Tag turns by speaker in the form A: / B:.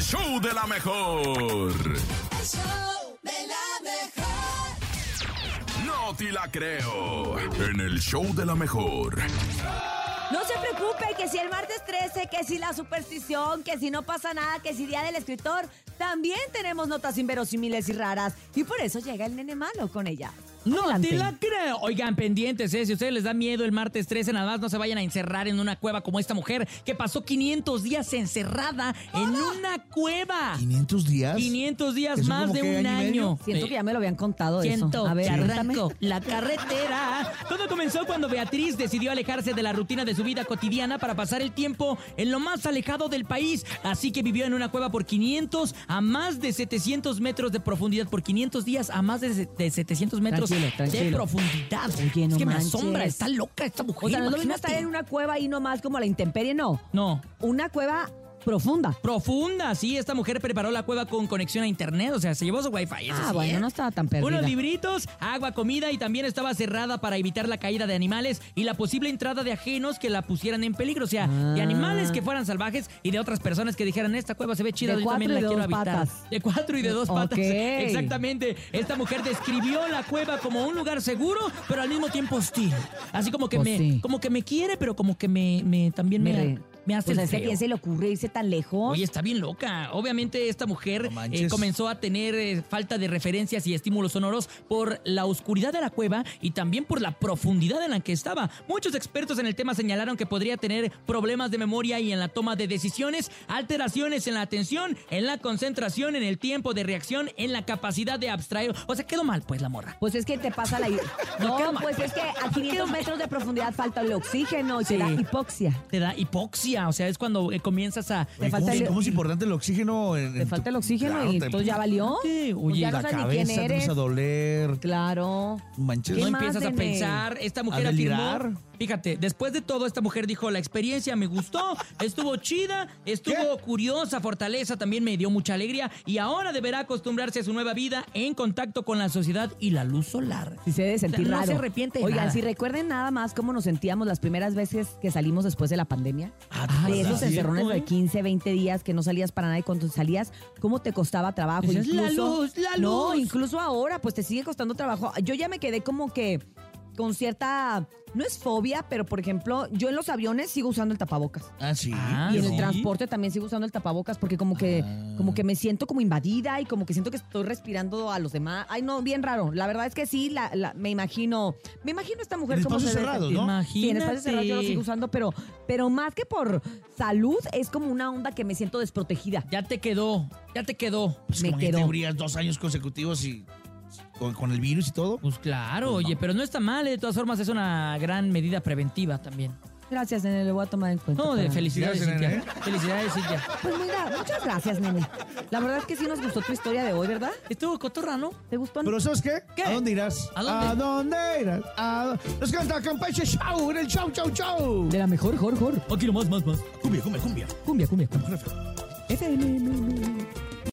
A: show de la mejor.
B: El show de la mejor.
A: No te la creo. En el show de la mejor.
C: No se preocupe que si el martes 13, que si la superstición, que si no pasa nada, que si día del escritor, también tenemos notas inverosímiles y raras. Y por eso llega el nene malo con ella.
D: No
C: Adelante.
D: te la creo. Oigan, pendientes, ¿eh? Si a ustedes les da miedo el martes 13, nada más no se vayan a encerrar en una cueva como esta mujer que pasó 500 días encerrada en una cueva.
E: 500 días.
D: 500 días
E: ¿Eso
D: más
E: como
D: de
E: que
D: un
E: año y medio?
D: año.
C: Siento
D: Eh,
C: que ya me lo habían contado
D: Siento
C: eso. A ver,
D: que
C: cuéntame.
D: arranco la carretera. Todo comenzó cuando Beatriz decidió alejarse de la rutina de su vida cotidiana para pasar el tiempo en lo más alejado del país. Así que vivió en una cueva por 500 a más de 700 metros de profundidad. Por 500 días a más de, se- de 700 metros
C: Tranquilo,
D: de
C: tranquilo.
D: profundidad.
C: Oye, no
D: es
C: manches.
D: que me asombra, está loca esta mujer.
C: O sea, no es lo mismo
D: imagínate.
C: estar en una cueva ahí nomás como la intemperie, no.
D: No,
C: Una cueva profunda.
D: profunda. Sí, esta mujer preparó la cueva con conexión a internet. O sea, se llevó su wifi. eso
C: Ah,
D: sí,
C: bueno,
D: ¿eh?
C: no estaba tan perdida.
D: Unos libritos, agua, comida y también estaba cerrada para evitar la caída de animales y la posible entrada de ajenos que la pusieran en peligro. O sea, de
C: Ah.
D: animales que fueran salvajes y de otras personas que dijeran, esta cueva se ve chida,
C: De
D: yo también
C: cuatro y
D: la
C: de
D: quiero
C: dos
D: habitar.
C: patas.
D: De cuatro y de dos patas.
C: Ok.
D: Exactamente. Esta mujer describió la cueva como un lugar seguro, pero al mismo tiempo hostil. Así como que,
C: Pues
D: me,
C: sí.
D: como que me quiere, pero como que me, me- también me,
C: Me
D: me,
C: re- pues
D: hace
C: O sea,
D: el
C: es que ¿a
D: feo.
C: quién se le ocurre irse tan lejos?
D: Oye, está bien loca. Obviamente esta mujer
E: No manches.
D: eh, comenzó a tener eh, falta de referencias y estímulos sonoros por la oscuridad de la cueva y también por la profundidad en la que estaba. Muchos expertos en el tema señalaron que podría tener problemas de memoria y en la toma de decisiones, alteraciones en la atención, en la concentración, en el tiempo de reacción, en la capacidad de abstraer. O sea, quedó mal pues la morra.
C: Pues es que te pasa la...
D: No,
C: No,
D: ma-
C: pues es que a 500 metros de profundidad falta el oxígeno y
D: Sí.
C: te da hipoxia.
D: Te da hipoxia, o sea, es cuando eh, comienzas a...
E: Oye,
C: falta
E: ¿cómo,
C: el-
E: es- cómo es importante el oxígeno? En,
C: Te falta el oxígeno y entonces ya valió.
D: Sí,
C: Pues
D: oye,
C: ya no
E: ¿eh? La
C: sabes ni quién
E: cabeza te
C: eres.
E: empieza a doler.
C: Claro.
E: Manches.
C: ¿Qué
D: no
C: más,
D: empiezas a
C: nene?
D: pensar. Esta mujer
E: A
D: afirmó.
E: delirar.
D: Fíjate, después de todo, esta mujer dijo: La experiencia me gustó, estuvo chida, estuvo curiosa, fortaleza también me dio mucha alegría. Y ahora deberá acostumbrarse a su nueva vida en contacto con la sociedad y la luz solar.
C: Si se debe sentir
D: O sea, no
C: raro.
D: se arrepiente de
C: Oigan,
D: nada.
C: si recuerden nada más cómo nos sentíamos las primeras veces que salimos después de la pandemia.
D: Ah,
C: de
D: ¿verdad?
C: esos
D: Cierto,
C: encerrones
D: ¿eh?
C: de 15, 20 días que no salías para nada y cuando salías, ¿cómo te costaba trabajo?
D: Decías, "La luz, la
C: No,
D: luz".
C: incluso ahora, pues te sigue costando trabajo. Yo ya me quedé como que con cierta. No es fobia, pero por ejemplo, yo en los aviones sigo usando el tapabocas.
E: Ah, sí.
D: Ah,
C: Y en
D: ¿sí?
C: el transporte también sigo usando el tapabocas porque como que,
E: Ah.
C: como que me siento como invadida y como que siento que estoy respirando a los demás. Ay, no, bien raro. La verdad es que sí, la, la- me imagino, me imagino esta mujer
E: En
C: como
E: espacios
C: se debe
E: cerrados,
C: sentir.
E: ¿no?
C: Sí, en espacios cerrados yo lo
D: Imagínate.
C: sigo usando, pero, pero más que por salud, es como una onda que me siento desprotegida.
D: Ya te quedó, ya te quedó.
E: Pues
C: Me
E: como que
C: quedó.
E: te abrías dos años consecutivos y con, con el virus y todo.
D: Pues claro,
E: Pues no.
D: oye, pero no está mal, ¿eh? de todas formas es una gran medida preventiva también.
C: Gracias, nene, lo voy a tomar en cuenta.
D: No, de
C: para-
D: felicidades,
E: Gracias,
D: Cintia.
E: nene.
D: Felicidades, Cintia.
C: Pues mira, muchas gracias, nene. La verdad es que sí nos gustó tu historia de hoy, ¿verdad?
D: Estuvo cotorra, ¿no?
C: ¿Te gustó?
E: Pero ¿sabes qué?
D: ¿Qué?
E: ¿A dónde irás?
D: ¿A dónde?
E: irás? ¿A dó- Nos canta Campeche Show en el show, show, show.
C: de la mejor, Jorge.
D: Aquí nomás, más, más.
E: Cumbia, cumbia, cumbia.
D: Cumbia, cumbia, cumbia.
C: FM.